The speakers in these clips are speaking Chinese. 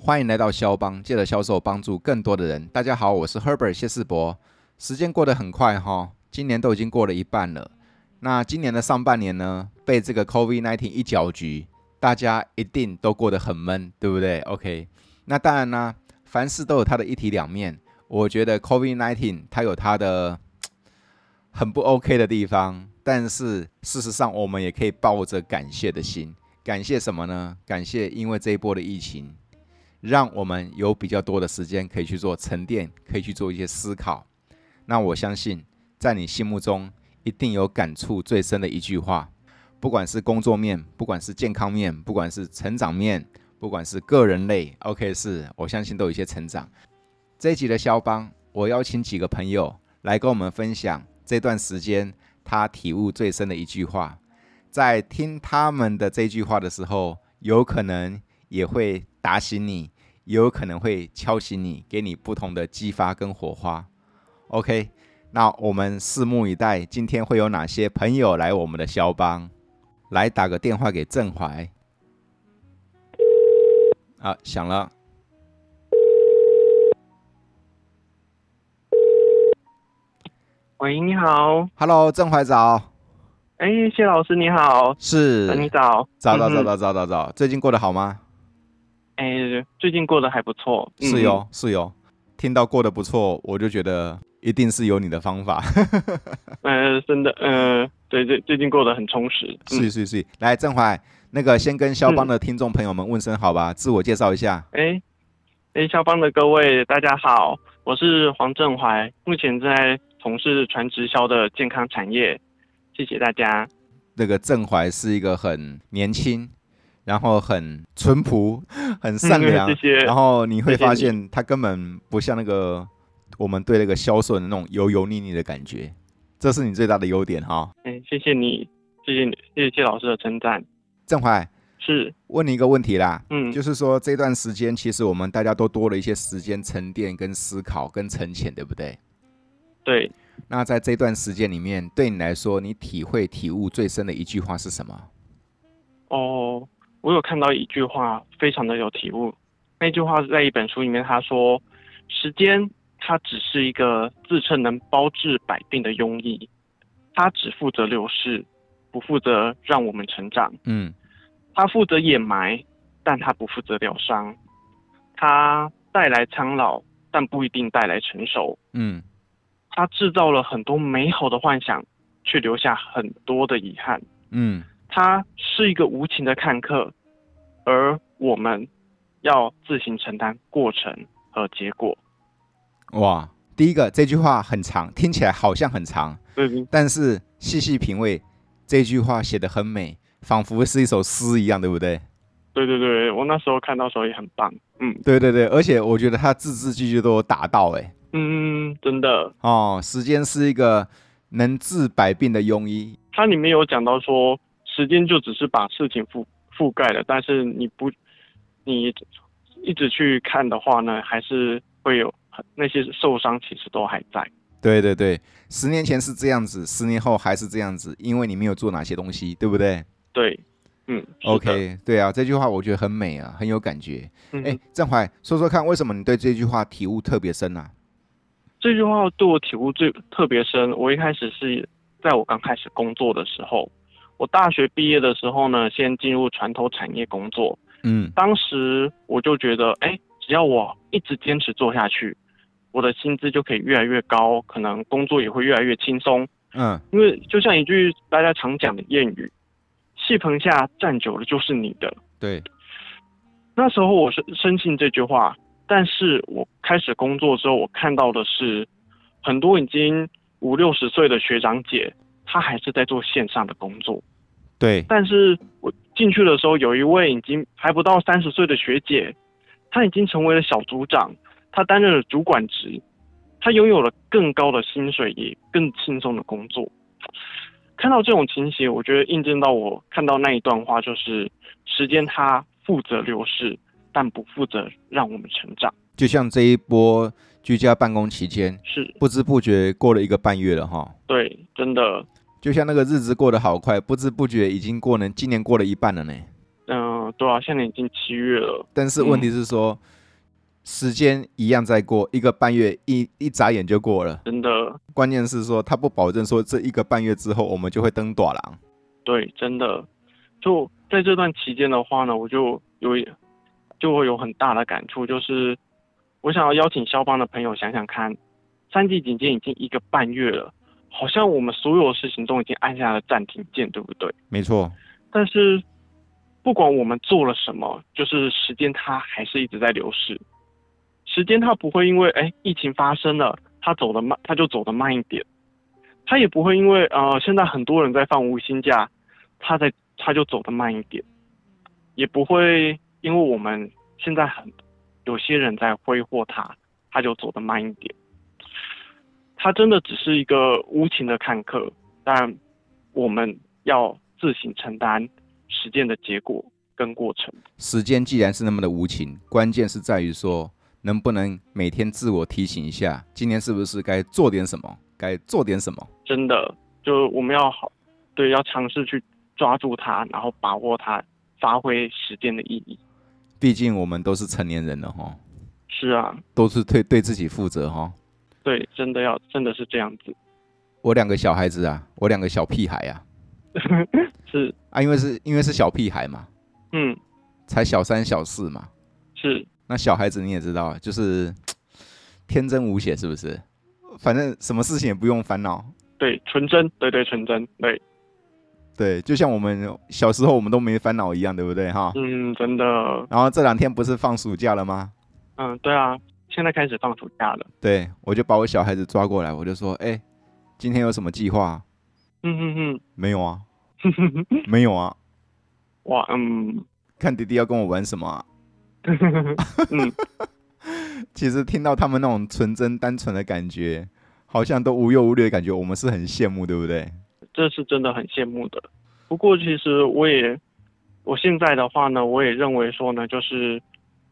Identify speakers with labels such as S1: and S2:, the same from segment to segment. S1: 欢迎来到肖邦，借着销售帮助更多的人。大家好，我是 Herbert 谢世博。时间过得很快哈、今年都已经过了一半了。那今年的上半年呢，被这个 COVID-19 一搅局，大家一定都过得很闷，对不对？OK，那当然啦、凡事都有它的一体两面。我觉得 COVID-19 它有它的很不 OK 的地方，但是事实上，我们也可以抱着感谢的心，感谢什么呢？感谢因为这一波的疫情，让我们有比较多的时间可以去做沉淀，可以去做一些思考。那我相信，在你心目中一定有感触最深的一句话，不管是工作面，不管是健康面，不管是成长面，不管是个人类，OK，是我相信都有一些成长。这一集的肖邦，我邀请几个朋友来跟我们分享这段时间他体悟最深的一句话。在听他们的这句话的时候，有可能也会打醒你，也有可能会敲醒你，给你不同的激发跟火花。OK，那我们拭目以待，今天会有哪些朋友来我们的肖邦？来打个电话给郑怀。啊，响了。
S2: 喂，你好，
S1: Hello，郑怀早，
S2: 哎、谢老师你好，
S1: 是
S2: 呃你早，
S1: 早早
S2: 嗯
S1: 早
S2: 哼，
S1: 早早早早，最近过得好吗？
S2: 哎、最近过得还不错，嗯
S1: 是哟，是哟，听到过得不错，我就觉得一定是有你的方法。
S2: 呃，真的，呃，对，最最近过得很充实，嗯，
S1: 是是是，来郑怀，那个先跟肖邦
S2: 嗯
S1: 的听众朋友们问声好吧，自我介绍一下。
S2: 哎、哎、肖邦的各位大家好，我是黄振怀，目前正在从事传直销的健康产业，谢谢大家，
S1: 那个郑怀是一个很年轻，然后很淳朴、 很善良，
S2: 嗯谢谢，
S1: 然后你会
S2: 谢谢
S1: 发
S2: 你
S1: 现他根本不像那个我们对那个销售的那种油油腻腻的感觉，这是你最大的优点哈。
S2: 哎、谢谢你，谢谢你，谢谢谢老师的称赞，
S1: 郑怀，
S2: 是，
S1: 问你一个问题啦，
S2: 嗯，
S1: 就是说这段时间，其实我们大家都多了一些时间沉淀、跟思考、跟沉潜，对不对？
S2: 对，
S1: 那在这段时间里面，对你来说，你体会、体悟最深的一句话是什么？
S2: 哦，我有看到一句话，非常的有体悟。那句话是在一本书里面，他说：“时间它只是一个自称能包治百病的庸医，它只负责流逝，不负责让我们成长。
S1: 嗯，
S2: 它负责掩埋，但它不负责疗伤。它带来苍老，但不一定带来成熟。
S1: 嗯，
S2: 它制造了很多美好的幻想，却留下很多的遗憾。”
S1: 嗯，
S2: 他是一个无情的看客，而我们要自行承担过程和结果。
S1: 哇，第一个这句话很长，听起来好像很长，
S2: 对，
S1: 但是细细品味，这句话写得很美，仿佛是一首诗一样，对不对？
S2: 对对对，我那时候看到时候也很棒。嗯
S1: 对对对，而且我觉得他字字句句都有打到、欸，
S2: 嗯，真的，
S1: 哦，时间是一个能治百病的庸医，
S2: 它里面有讲到说，时间就只是把事情覆覆盖了，但是你不，你一直去看的话呢，还是会有那些受伤，其实都还在。
S1: 对对对，十年前是这样子，十年后还是这样子，因为你没有做哪些东西，对不对
S2: 对，嗯是的
S1: ？OK，对啊，这句话我觉得很美啊，很有感觉。
S2: 嗯
S1: 哎、郑怀，说说看，为什么你对这句话体悟特别深啊？
S2: 这句话对我体悟最特别深。我一开始是在我刚开始工作的时候，我大学毕业的时候呢，先进入传统产业工作。
S1: 嗯
S2: 当时我就觉得，哎，只要我一直坚持做下去，我的薪资就可以越来越高，可能工作也会越来越轻松。
S1: 嗯，
S2: 因为就像一句大家常讲的谚语，“戏棚下站久了就是你的”，
S1: 对，
S2: 那时候我是深信这句话，但是我开始工作之后，我看到的是很多已经五六十岁的学长姐，她还是在做线上的工作。
S1: 对，
S2: 但是我进去的时候，有一位已经还不到三十岁的学姐，她已经成为了小组长，她担任了主管职，她拥有了更高的薪水，也更轻松的工作。看到这种情形，我觉得印证到我看到那一段话，就是时间它负责流逝，但不负责让我们成长。
S1: 就像这一波居家办公期间，
S2: 是
S1: 不知不觉过了一个半月了哈。
S2: 对，真的，
S1: 就像那个日子过得好快，不知不觉已经过了今年过了一半了呢。
S2: 嗯、对啊，现在已经七月了，
S1: 但是问题是说，时间一样在过，一个半月一一眨眼就过了。
S2: 真的，
S1: 关键是说，他不保证说这一个半月之后我们就会登短廊。
S2: 对，真的，就在这段期间的话呢，我就有一就会有很大的感触，就是我想要邀请肖邦的朋友想想看，三级警戒已经一个半月了，好像我们所有的事情都已经按下了暂停键，对不对？
S1: 没错，
S2: 但是不管我们做了什么，就是时间它还是一直在流逝。时间它不会因为哎疫情发生了，它走得慢，它就走得慢一点。它也不会因为呃现在很多人在放无薪假，它在它就走得慢一点。也不会因为我们现在很有些人在挥霍它，它就走得慢一点。它真的只是一个无情的看客，但我们要自行承担实践的结果跟过程。
S1: 时间既然是那么的无情，关键是在于说，能不能每天自我提醒一下，今天是不是该做点什么，该做点什么？
S2: 真的，就我们要好，对，要尝试去抓住它，然后把握它，发挥实践的意义。
S1: 毕竟我们都是成年人了哈，
S2: 是啊，
S1: 都是对对自己负责哈。
S2: 对，真的要，真的是这样子，
S1: 我两个小孩子啊，我两个小屁孩啊，
S2: 是，
S1: 啊，因为是因为是小屁孩嘛，
S2: 嗯，
S1: 才小三小四嘛，
S2: 是，
S1: 那小孩子你也知道，就是天真无邪，是不是？反正什么事情也不用烦恼。
S2: 对，纯真，对对，纯真，对，
S1: 对，就像我们小时候我们都没烦恼一样，对不对哈？
S2: 嗯，真的，
S1: 然后这两天不是放暑假了吗？
S2: 嗯，对啊，现在开始放暑假了，
S1: 对，我就把我小孩子抓过来，我就说，哎、今天有什么计划？
S2: 嗯哼
S1: 没有啊，
S2: 哼，
S1: 没有啊，
S2: 哇，嗯，
S1: 看弟弟要跟我玩什么、啊。
S2: 嗯，
S1: 其实听到他们那种纯真单纯的感觉，好像都无忧无虑的感觉，我们是很羡慕，对不对？
S2: 这是真的很羡慕的。不过其实我也，我现在的话呢，我也认为说呢，就是，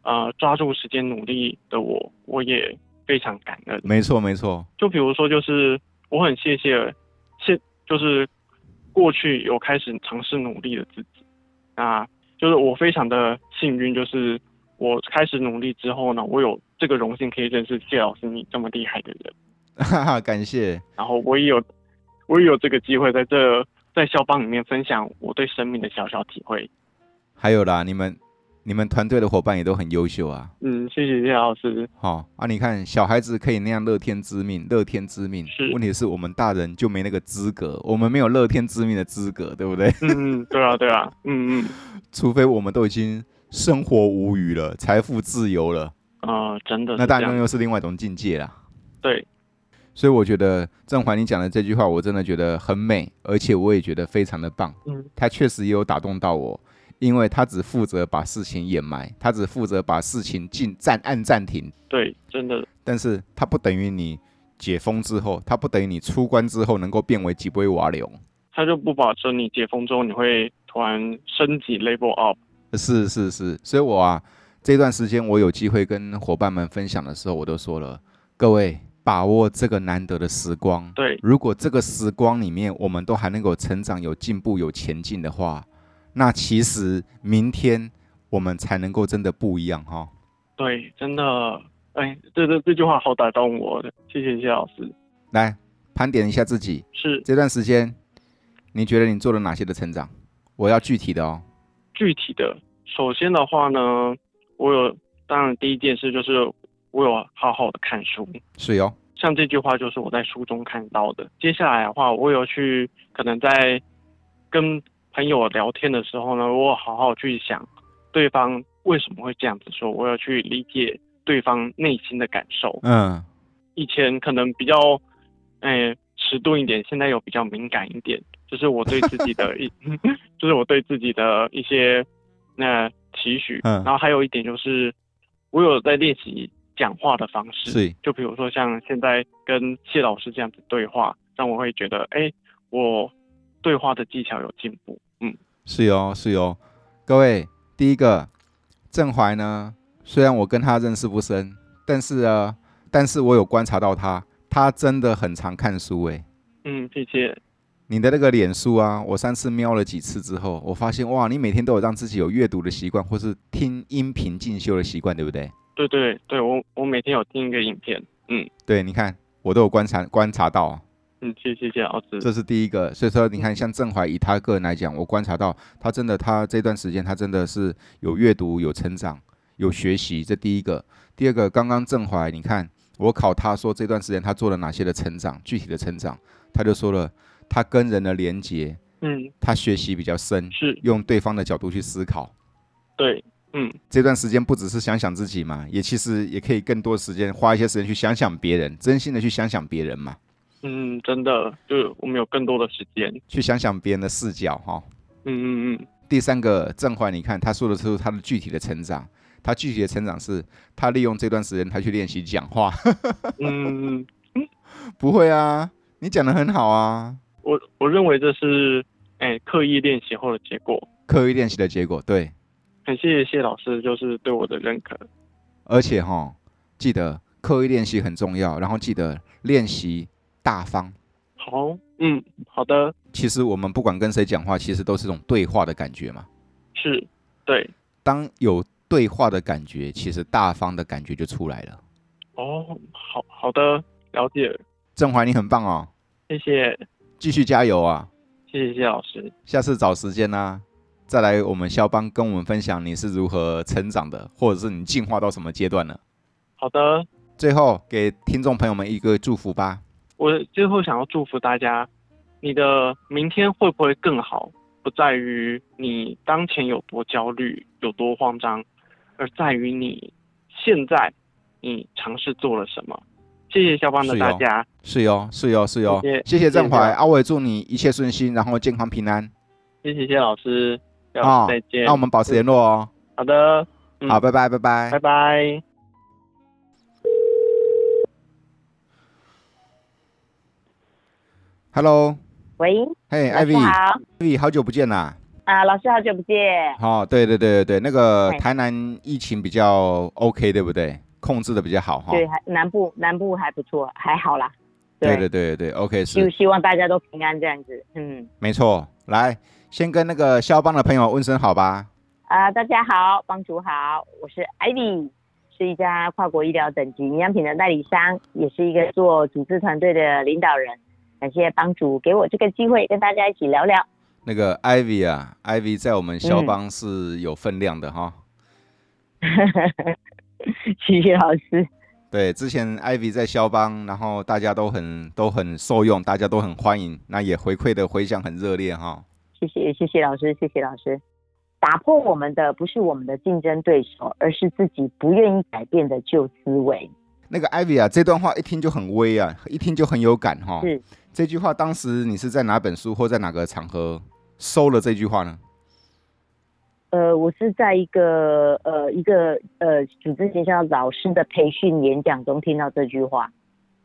S2: 呃，抓住时间努力的我，我也非常感恩。
S1: 没错，没错，
S2: 就比如说，就是我很谢谢，现就是过去有开始尝试努力的自己，啊，就是我非常的幸运，就是我开始努力之后呢，我有这个荣幸可以认识谢老师你这么厉害的人。
S1: 哈哈，感谢。
S2: 然后我也有，我也有这个机会在这在肖邦里面分享我对生命的小小体会。
S1: 还有啦，你们你们团队的伙伴也都很优秀啊。
S2: 嗯，谢谢谢老师。
S1: 好、啊，你看小孩子可以那样乐天知命，乐天知命。
S2: 是
S1: 问题是我们大人就没那个资格，我们没有乐天知命的资格，对不对？
S2: 嗯，嗯，对啊对啊，嗯嗯，
S1: 除非我们都已经生活无余了，财富自由了，
S2: 呃，真的
S1: 那
S2: 是
S1: 当
S2: 这
S1: 然
S2: 样。
S1: 又是另外一种境界啦。
S2: 对，
S1: 所以我觉得郑怀你讲的这句话，我真的觉得很美，而且我也觉得非常的棒。
S2: 嗯
S1: 他确实也有打动到我，因为他只负责把事情掩埋，他只负责把事情进暂按暂停，
S2: 对，真的
S1: 但是它不等于你解封之后，它不等于你出关之后能够变为几杯瓦流。
S2: 他就不保证你解封之后你会突然升级 level up。
S1: 是是是，所以我啊这段时间我有机会跟伙伴们分享的时候，我都说了，各位把握这个难得的时光。
S2: 对，
S1: 如果这个时光里面我们都还能够成长、有进步、有前进的话，那其实明天我们才能够真的不一样哈、
S2: 对，真的，哎，这这这句话好打动我的，谢谢谢老师。
S1: 来盘点一下自己
S2: 是
S1: 这段时间，你觉得你做了哪些的成长？我要具体的哦。
S2: 具体的，首先的话呢，我有，当然第一件事就是我有好好的看书，
S1: 是哦哟、
S2: 像这句话就是我在书中看到的。接下来的话，我有去可能在跟朋友聊天的时候呢，我有好好去想对方为什么会这样子说，我有去理解对方内心的感受。
S1: 嗯，
S2: 以前可能比较，哎、迟钝一点，现在有比较敏感一点，就是我对自己的 一，就是我对自己的一些那、期许。
S1: 嗯
S2: 然后还有一点就是，我有在练习讲话的方式。
S1: 是
S2: 就比如说像现在跟谢老师这样子对话，让我会觉得，哎、我对话的技巧有进步。嗯，
S1: 是哟、是哟、各位，第一个郑怀呢，虽然我跟他认识不深，但是啊，但是我有观察到他，他真的很常看书诶。
S2: 嗯，谢谢。
S1: 你的那个脸书啊，我上次瞄了几次之后，我发现哇，你每天都有让自己有阅读的习惯，或是听音频进修的习惯，对不对？
S2: 对对对，我我每天有听一个影片，
S1: 对，你看我都有观察观察到哦，
S2: 嗯，谢谢谢谢老师，
S1: 这是第一个。所以说，你看像郑怀以他个人来讲，我观察到他真的，他这段时间他真的是有阅读、有成长、有学习，这第一个。第二个，刚刚郑怀，你看我考他说这段时间他做了哪些的成长，具体的成长，他就说了，他跟人的连接，
S2: 嗯，
S1: 他学习比较深，
S2: 是
S1: 用对方的角度去思考。
S2: 对，嗯，
S1: 这段时间不只是想想自己嘛，也其实也可以更多时间花一些时间去想想别人，真心的去想想别人嘛，
S2: 嗯，真的，就是我们有更多的时间。
S1: 去想想别人的视角哈、
S2: 嗯嗯嗯，
S1: 第三个郑焕，你看他说的是他的具体的成长，他具体的成长是他利用这段时间他去练习讲话，
S2: 嗯，嗯
S1: 不会啊，你讲的很好啊，
S2: 我我认为这是哎、刻意练习后的结果。
S1: 刻意练习的结果对，
S2: 很谢谢谢老师，就是对我的认可。
S1: 而且哈、记得刻意练习很重要，然后记得练习大方。
S2: 好，嗯，好的，
S1: 其实我们不管跟谁讲话，其实都是一种对话的感觉嘛。
S2: 是，对，
S1: 当有对话的感觉，其实大方的感觉就出来了。
S2: 哦，好好的，了解了，
S1: 郑怀，你很棒哦，
S2: 谢谢，
S1: 继续加油啊！
S2: 谢谢谢老师。
S1: 下次找时间呢、啊再来我们肖邦跟我们分享你是如何成长的，或者是你进化到什么阶段了。
S2: 好的，
S1: 最后给听众朋友们一个祝福吧，
S2: 我最后想要祝福大家，你的明天会不会更好，不在于你当前有多焦虑、有多慌张，而在于你现在你尝试做了什么。谢谢肖邦的
S1: 是哦
S2: 大
S1: 哟
S2: 家，
S1: 是哟，是哟，是哟
S2: 谢谢，
S1: 谢谢郑
S2: 谢谢
S1: 怀，阿伟祝你一切顺心，然后健康平安。
S2: 谢谢谢老师，
S1: 哦
S2: 要再见。
S1: 那我们哎保持联络哦，
S2: 好的，嗯
S1: 好，拜拜，拜拜
S2: 拜。拜。
S1: Hello，
S3: 喂，
S1: 嘿，
S3: 老
S1: 艾
S3: 师
S1: 薇，
S3: 好
S1: 艾薇，好久不见啦。
S3: 啊，老师好久不见。
S1: 哦，对对对对对，那个
S3: 嘿
S1: 台南疫情比较 OK，对不对？控制的比较好哈。
S3: 对，还南部南部还不错，还好啦。
S1: 对对对对，OK 是
S3: 希。希望大家都平安这样子。嗯
S1: 没错，来，先跟那个肖邦的朋友问声好吧。
S3: 啊、大家好，帮主好，我是 Ivy，是一家跨国医疗等级营养品的代理商，也是一个做组织团队的领导人。感谢帮主给我这个机会跟大家一起聊聊。
S1: 那个 Ivy 啊，Ivy 在我们肖邦是有分量的哈。
S3: 谢谢老师。
S1: 对，之前 Ivy 在肖邦，然后大家都很都很受用，大家都很欢迎，那也回馈的回响很热烈哈。
S3: 谢谢谢谢老师，谢谢老师。打破我们的不是我们的竞争对手，而是自己不愿意改变的旧思维。
S1: 那个 Ivy 啊，这段话一听就很威啊，一听就很有感哈。
S3: 是
S1: 这句话当时你是在哪本书或在哪个场合收了这句话呢？
S3: 呃，我是在一个呃一个呃组织学校老师的培训演讲中听到这句话。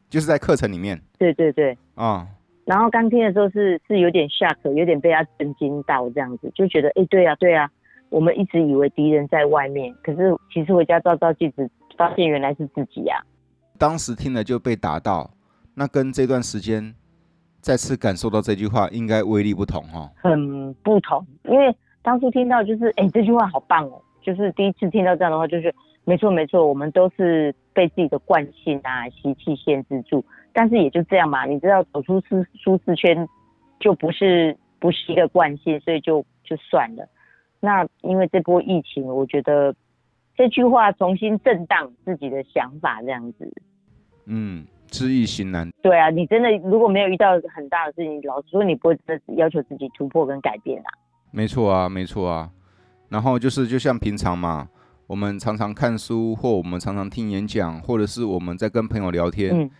S1: 就是在课程里面
S3: 对对对，
S1: 啊、
S3: 然后刚听的时候是是有点 shock，有点被他震惊到这样子，就觉得诶，对啊对啊，我们一直以为敌人在外面，可是其实回家照照镜子，发现原来是自己啊。
S1: 当时听了就被打到，那跟这段时间再次感受到这句话应该威力不同哈、哦。
S3: 很不同，因为当初听到就是，哎、这句话好棒哦，就是第一次听到这样的话，就是没错没错，我们都是被自己的惯性啊、习气限制住，但是也就这样嘛，你知道走出舒舒适圈就不是不是一个惯性，所以就就算了。那因为这波疫情，我觉得这句话重新震荡自己的想法，这样子。
S1: 嗯，知易行难，
S3: 对啊，你真的如果没有遇到很大的事情，老实说，你不会真的要求自己突破跟改变啊。
S1: 没错啊，没错啊。然后就是就像平常嘛，我们常常看书，或我们常常听演讲，或者是我们在跟朋友聊天，
S3: 嗯，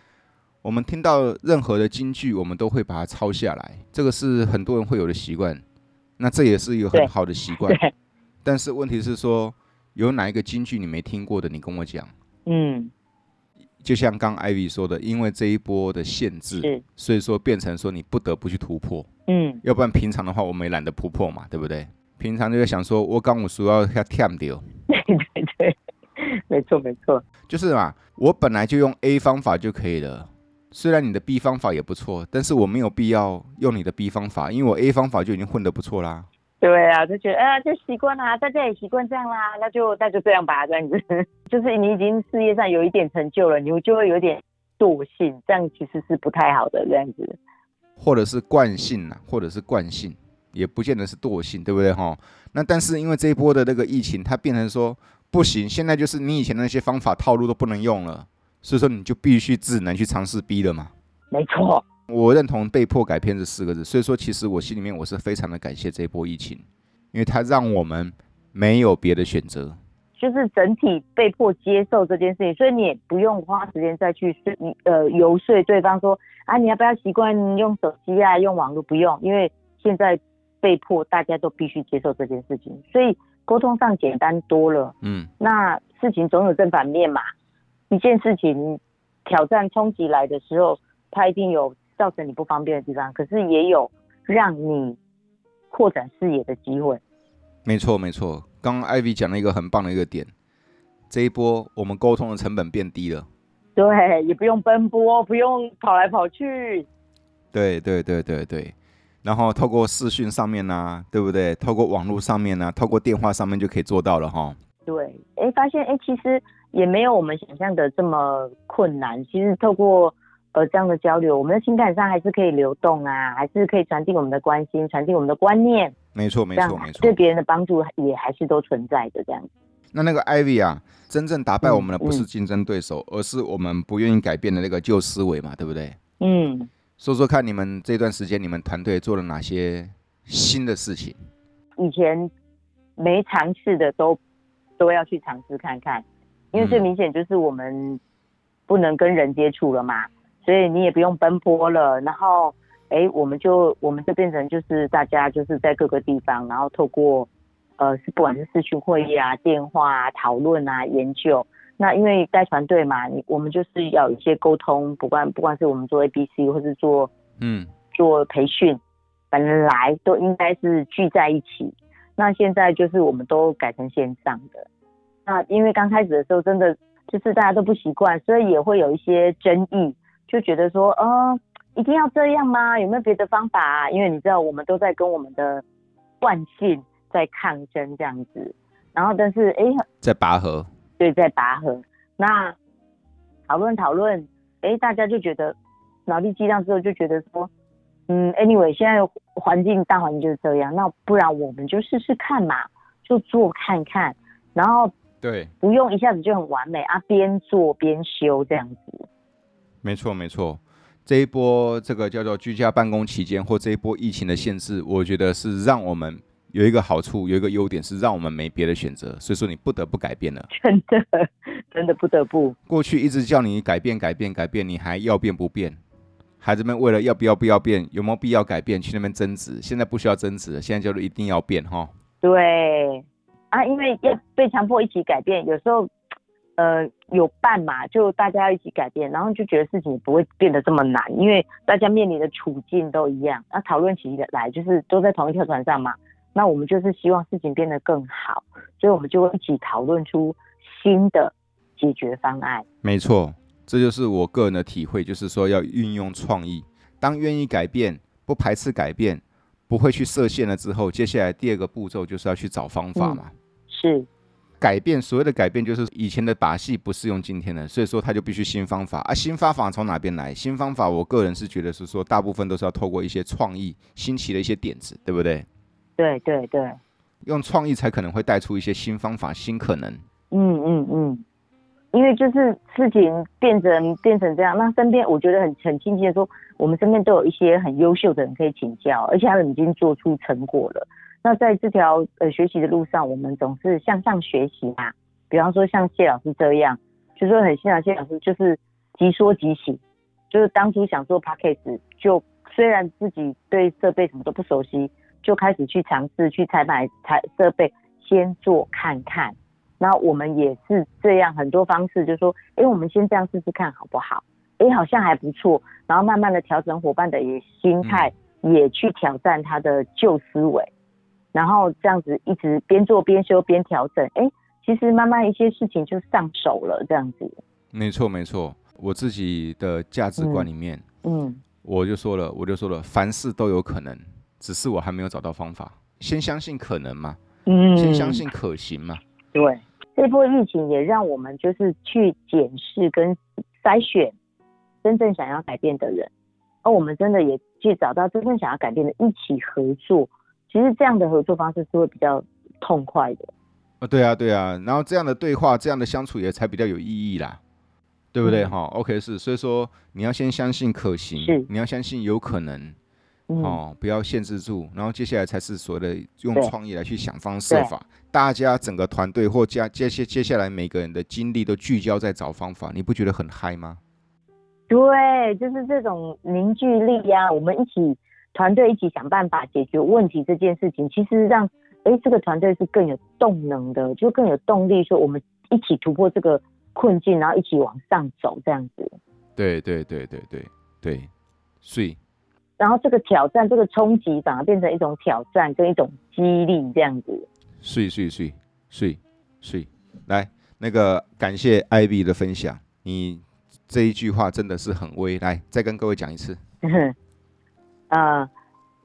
S1: 我们听到任何的金句，我们都会把它抄下来，这个是很多人会有的习惯。那这也是一个很
S3: 对
S1: 好的习惯
S3: 对，，
S1: 但是问题是说，有哪一个金句你没听过的，你跟我讲。
S3: 嗯。
S1: 就像刚 Ivy 说的，因为这一波的限制
S3: 是，
S1: 所以说变成说你不得不去突破，
S3: 嗯，
S1: 要不然平常的话我们也懒得突破嘛，对不对？平常就会想说，我刚我输要要跳掉，
S3: 对对对，没错没错，
S1: 就是嘛，我本来就用 A 方法就可以了，虽然你的 B 方法也不错，但是我没有必要用你的 B 方法，因为我 A 方法就已经混得不错啦。
S3: 对啊，就觉得啊、就习惯啦，大家也习惯这样啦，那就那就这样吧，这样子， 就是你已经事业上有一点成就了，你就会有点惰性，这样其实是不太好的，这样子。
S1: 或者是惯性啊，或者是惯性，也不见得是惰性，对不对哈？那但是因为这一波的那个疫情，它变成说不行，现在就是你以前的那些方法套路都不能用了，所以说你就必须只能去尝试 B 了嘛。
S3: 没错，
S1: 我认同“被迫改变”这四个字，所以说其实我心里面我是非常的感谢这一波疫情，因为它让我们没有别的选择。
S3: 就是整体被迫接受这件事情，所以你也不用花时间再去说呃游说对方说啊，你要不要习惯用手机啊，用网络？不用，因为现在被迫大家都必须接受这件事情，所以沟通上简单多了。
S1: 嗯，
S3: 那事情总有正反面嘛。一件事情挑战冲击来的时候，它一定有造成你不方便的地方，可是也有让你扩展视野的机会。
S1: 没错没错。刚刚艾 v 讲了一个很棒的一个点，这一波我们沟通的成本变低了。
S3: 对，也不用奔波，不用跑来跑去。
S1: 对对对对对，然后透过视讯上面呢、啊对不对？透过网络上面呢、啊透过电话上面就可以做到了哈。
S3: 对，哎，发现哎，诶其实也没有我们想象的这么困难。其实透过呃这样的交流，我们的情感上还是可以流动啊，还是可以传递我们的关心，传递我们的观念，
S1: 没错没
S3: 这
S1: 错
S3: 样
S1: 没错
S3: 对。别啊人的帮助也还是都存在的这样子。
S1: 那那个艾 v 啊，真正打败我们的
S3: 嗯
S1: 不是竞争对手，而是我们不愿意改变的那个旧思维嘛，对不对？
S3: 嗯，
S1: 说说看，你们这段时间你们团队做了哪些新的事情？
S3: 以前没尝试的都都要去尝试看看，因为最
S1: 嗯
S3: 明显就是我们不能跟人接触了嘛，所以你也不用奔波了。然后，哎，我们就我们就变成就是大家就是在各个地方，然后透过呃，是不管是视讯会议啊、电话啊、讨论啊、研究。那因为带团队嘛，你我们就是要有一些沟通，不管不管是我们做 A、B、C，或是做
S1: 嗯，
S3: 做培训，本来都应该是聚在一起，那现在就是我们都改成线上的。那因为刚开始的时候，真的就是大家都不习惯，所以也会有一些争议，就觉得说，呃，一定要这样吗？有没有别的方法、啊？因为你知道，我们都在跟我们的惯性在抗争这样子。然后，但是诶。
S1: 在拔河。
S3: 所以在拔河。那讨论讨论，诶，大家就觉得脑力激荡之后就觉得说，嗯，anyway，现在环境大环境就是这样，那不然我们就试试看嘛，就做看看，然后
S1: 对，
S3: 不用一下子就很完美啊，边做边修这样子。
S1: 没错没错。这一波这个叫做居家办公期间或这一波疫情的限制，我觉得是让我们有一个好处，有一个优点是让我们没别的选择，所以说你不得不改变了。
S3: 真的， 真的不得不，
S1: 过去一直叫你改变、改变、改变，你还要变不变？孩子们为了要不要不要变，有没有必要改变，去那边争执。现在不需要争执了，现在叫做一定要变哈。
S3: 对啊，因为要被强迫一起改变，有时候。呃，有伴嘛，就大家一起改变，然后就觉得事情也不会变得这么难，因为大家面临的处境都一样，那讨论起来就是都在同一条船上嘛。那我们就是希望事情变得更好，所以我们就会一起讨论出新的解决方案。
S1: 没错，这就是我个人的体会，就是说要运用创意。当愿意改变、不排斥改变、不会去设限了之后，接下来第二个步骤就是要去找方法嘛。
S3: 是，
S1: 改变所谓的改变，就是以前的把戏不适用今天的，所以说他就必须新方法啊。新方法从哪边来？新方法，我个人是觉得是说，大部分都是要透过一些创意、新奇的一些点子，对不对？
S3: 对对对，
S1: 用创意才可能会带出一些新方法、新可能。
S3: 嗯嗯嗯，因为就是事情变成变成这样，那身边我觉得很很庆幸的说，我们身边都有一些很优秀的人可以请教，而且他们已经做出成果了。那在这条呃学习的路上，我们总是向上学习嘛。比方说像谢老师这样，就说很欣赏谢老师，就是即说即行，就是当初想做 podcast，就虽然自己对设备什么都不熟悉，就开始去尝试去采买采设备，先做看看。那我们也是这样很多方式，就说，诶，我们先这样试试看好不好？诶，好像还不错。然后慢慢的调整伙伴的也
S1: 嗯
S3: 心态，也去挑战他的旧思维，然后这样子一直边做边修边调整，诶，其实慢慢一些事情就上手了，这样子。
S1: 没错，没错。我自己的价值观里面，
S3: 嗯
S1: 我就说了，我就说了，凡事都有可能，只是我还没有找到方法。先相信可能嘛，
S3: 嗯，
S1: 先相信可行嘛。
S3: 对，这波疫情也让我们就是去检视跟筛选真正想要改变的人，而我们真的也去找到真正想要改变的，一起合作。其实这样的合作方式是会比较痛快的，
S1: 啊，对啊，对啊，然后这样的对话，这样的相处也才比较有意义啦，对不对？
S3: 嗯
S1: 哈、o k 是，所以说你要先相信可行
S3: 是，
S1: 你要相信有可能，
S3: 嗯，
S1: 哦，不要限制住，然后接下来才是所谓的用
S3: 对
S1: 创意来去想方设
S3: 对
S1: 法，大家整个团队或加接接接下来每个人的精力都聚焦在找方法，你不觉得很嗨吗？
S3: 对，就是这种凝聚力呀、我们一起团队一起想办法解决问题这件事情，其实让诶这个团队是更有动能的，就更有动力，说我们一起突破这个困境，然后一起往上走这样子。
S1: 对对对对对对，所以
S3: 然后这个挑战、这个冲击反而变成一种挑战跟一种激励这样子。
S1: 睡睡睡睡睡，来，那个感谢艾比的分享，你这一句话真的是很威，来再跟各位讲一次。
S3: 嗯呃，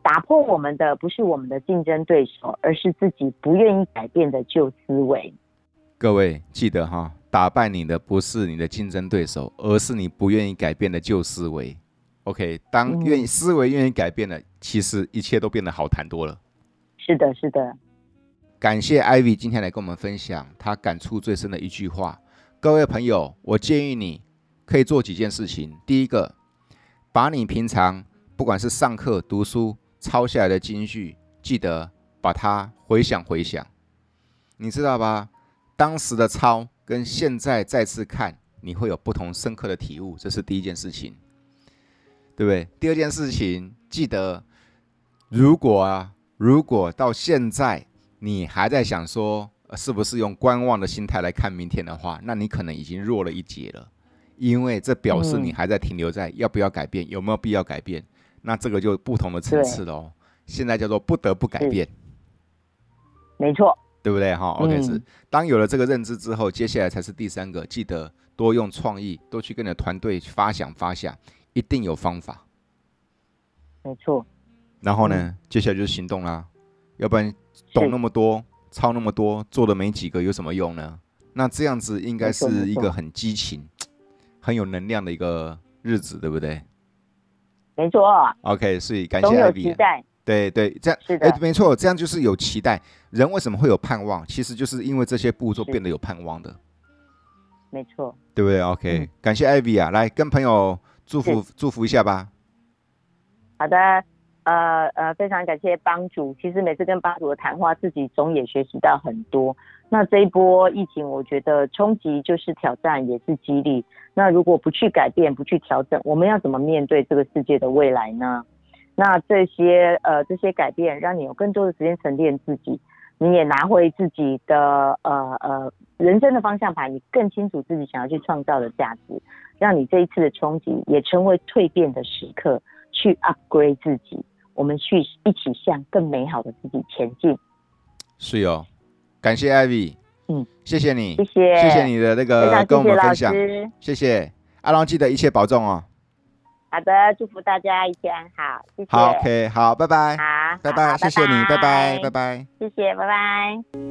S3: 打破我们的不是我们的竞争对手，而是自己不愿意改变的旧思维。
S1: 各位记得哈，打败你的不是你的竞争对手，而是你不愿意改变的旧思维。OK，当
S3: 嗯
S1: 愿意思维愿意改变了，其实一切都变得好谈多了。
S3: 是的，是的，
S1: 感谢 Ivy 今天来跟我们分享她感触最深的一句话。各位朋友，我建议你可以做几件事情。第一个，把你平常不管是上课、读书抄下来的金句，记得把它回想回想，你知道吧？当时的抄跟现在再次看，你会有不同深刻的体悟，这是第一件事情，对不对？第二件事情，记得如果啊，如果到现在你还在想说呃是不是用观望的心态来看明天的话，那你可能已经弱了一截了，因为这表示
S3: 嗯
S1: 你还在停留在要不要改变，有没有必要改变，那这个就不同的层
S3: 对
S1: 次喽。现在叫做不得不改
S3: 是
S1: 变，
S3: 没错，
S1: 对不对哈？OK，、
S3: 嗯
S1: 是当有了这个认知之后，接下来才是第三个，记得多用创意，多去跟你的团队发想发想，一定有方法。
S3: 没错，
S1: 然后呢，
S3: 嗯
S1: 接下来就是行动啦，要不然懂那么多，抄那么多，做的没几个有什么用呢？那这样子应该
S3: 没错
S1: 是
S3: 没
S1: 一
S3: 错
S1: 个很激情、很有能量的一个日子，对不对
S3: 没错，
S1: ？OK，所以感
S3: 总
S1: 谢
S3: 有
S1: 艾
S3: 期
S1: 比。啊
S3: 待。
S1: 对对，这样
S3: 是的
S1: 哎，没错，这样就是有期待。人为什么会有盼望？其实就是因为这些步骤
S3: 是
S1: 变得有盼望的。
S3: 没错，
S1: 对不对？OK，、
S3: 嗯
S1: 感谢艾比啊，来跟朋友祝福祝福一下吧。
S3: 好的，呃呃，非常感谢帮主。其实每次跟帮主的谈话，自己总也学习到很多。那这一波疫情，我觉得冲击就是挑战，也是激励。那如果不去改变，不去调整，我们要怎么面对这个世界的未来呢？那这些呃这些改变，让你有更多的时间沉淀自己，你也拿回自己的呃呃人生的方向盘，你更清楚自己想要去创造的价值，让你这一次的冲击也成为蜕变的时刻。去 upgrade 自己，我们去一起向更美好的自己前进。
S1: 是哦，感谢艾比，
S3: 嗯，
S1: 谢谢你，
S3: 谢谢，
S1: 谢谢你的那
S3: 非
S1: 个
S3: 常
S1: 跟我
S3: 谢谢
S1: 们
S3: 老
S1: 分享，
S3: 师。
S1: 谢谢。阿郎记得一切保重哦。
S3: 好的，祝福大家一天好，谢谢。
S1: 好，OK，好，拜拜，
S3: 好，
S1: 拜
S3: 好
S1: 拜，谢谢你，拜拜，拜，拜。
S3: 谢谢，拜拜。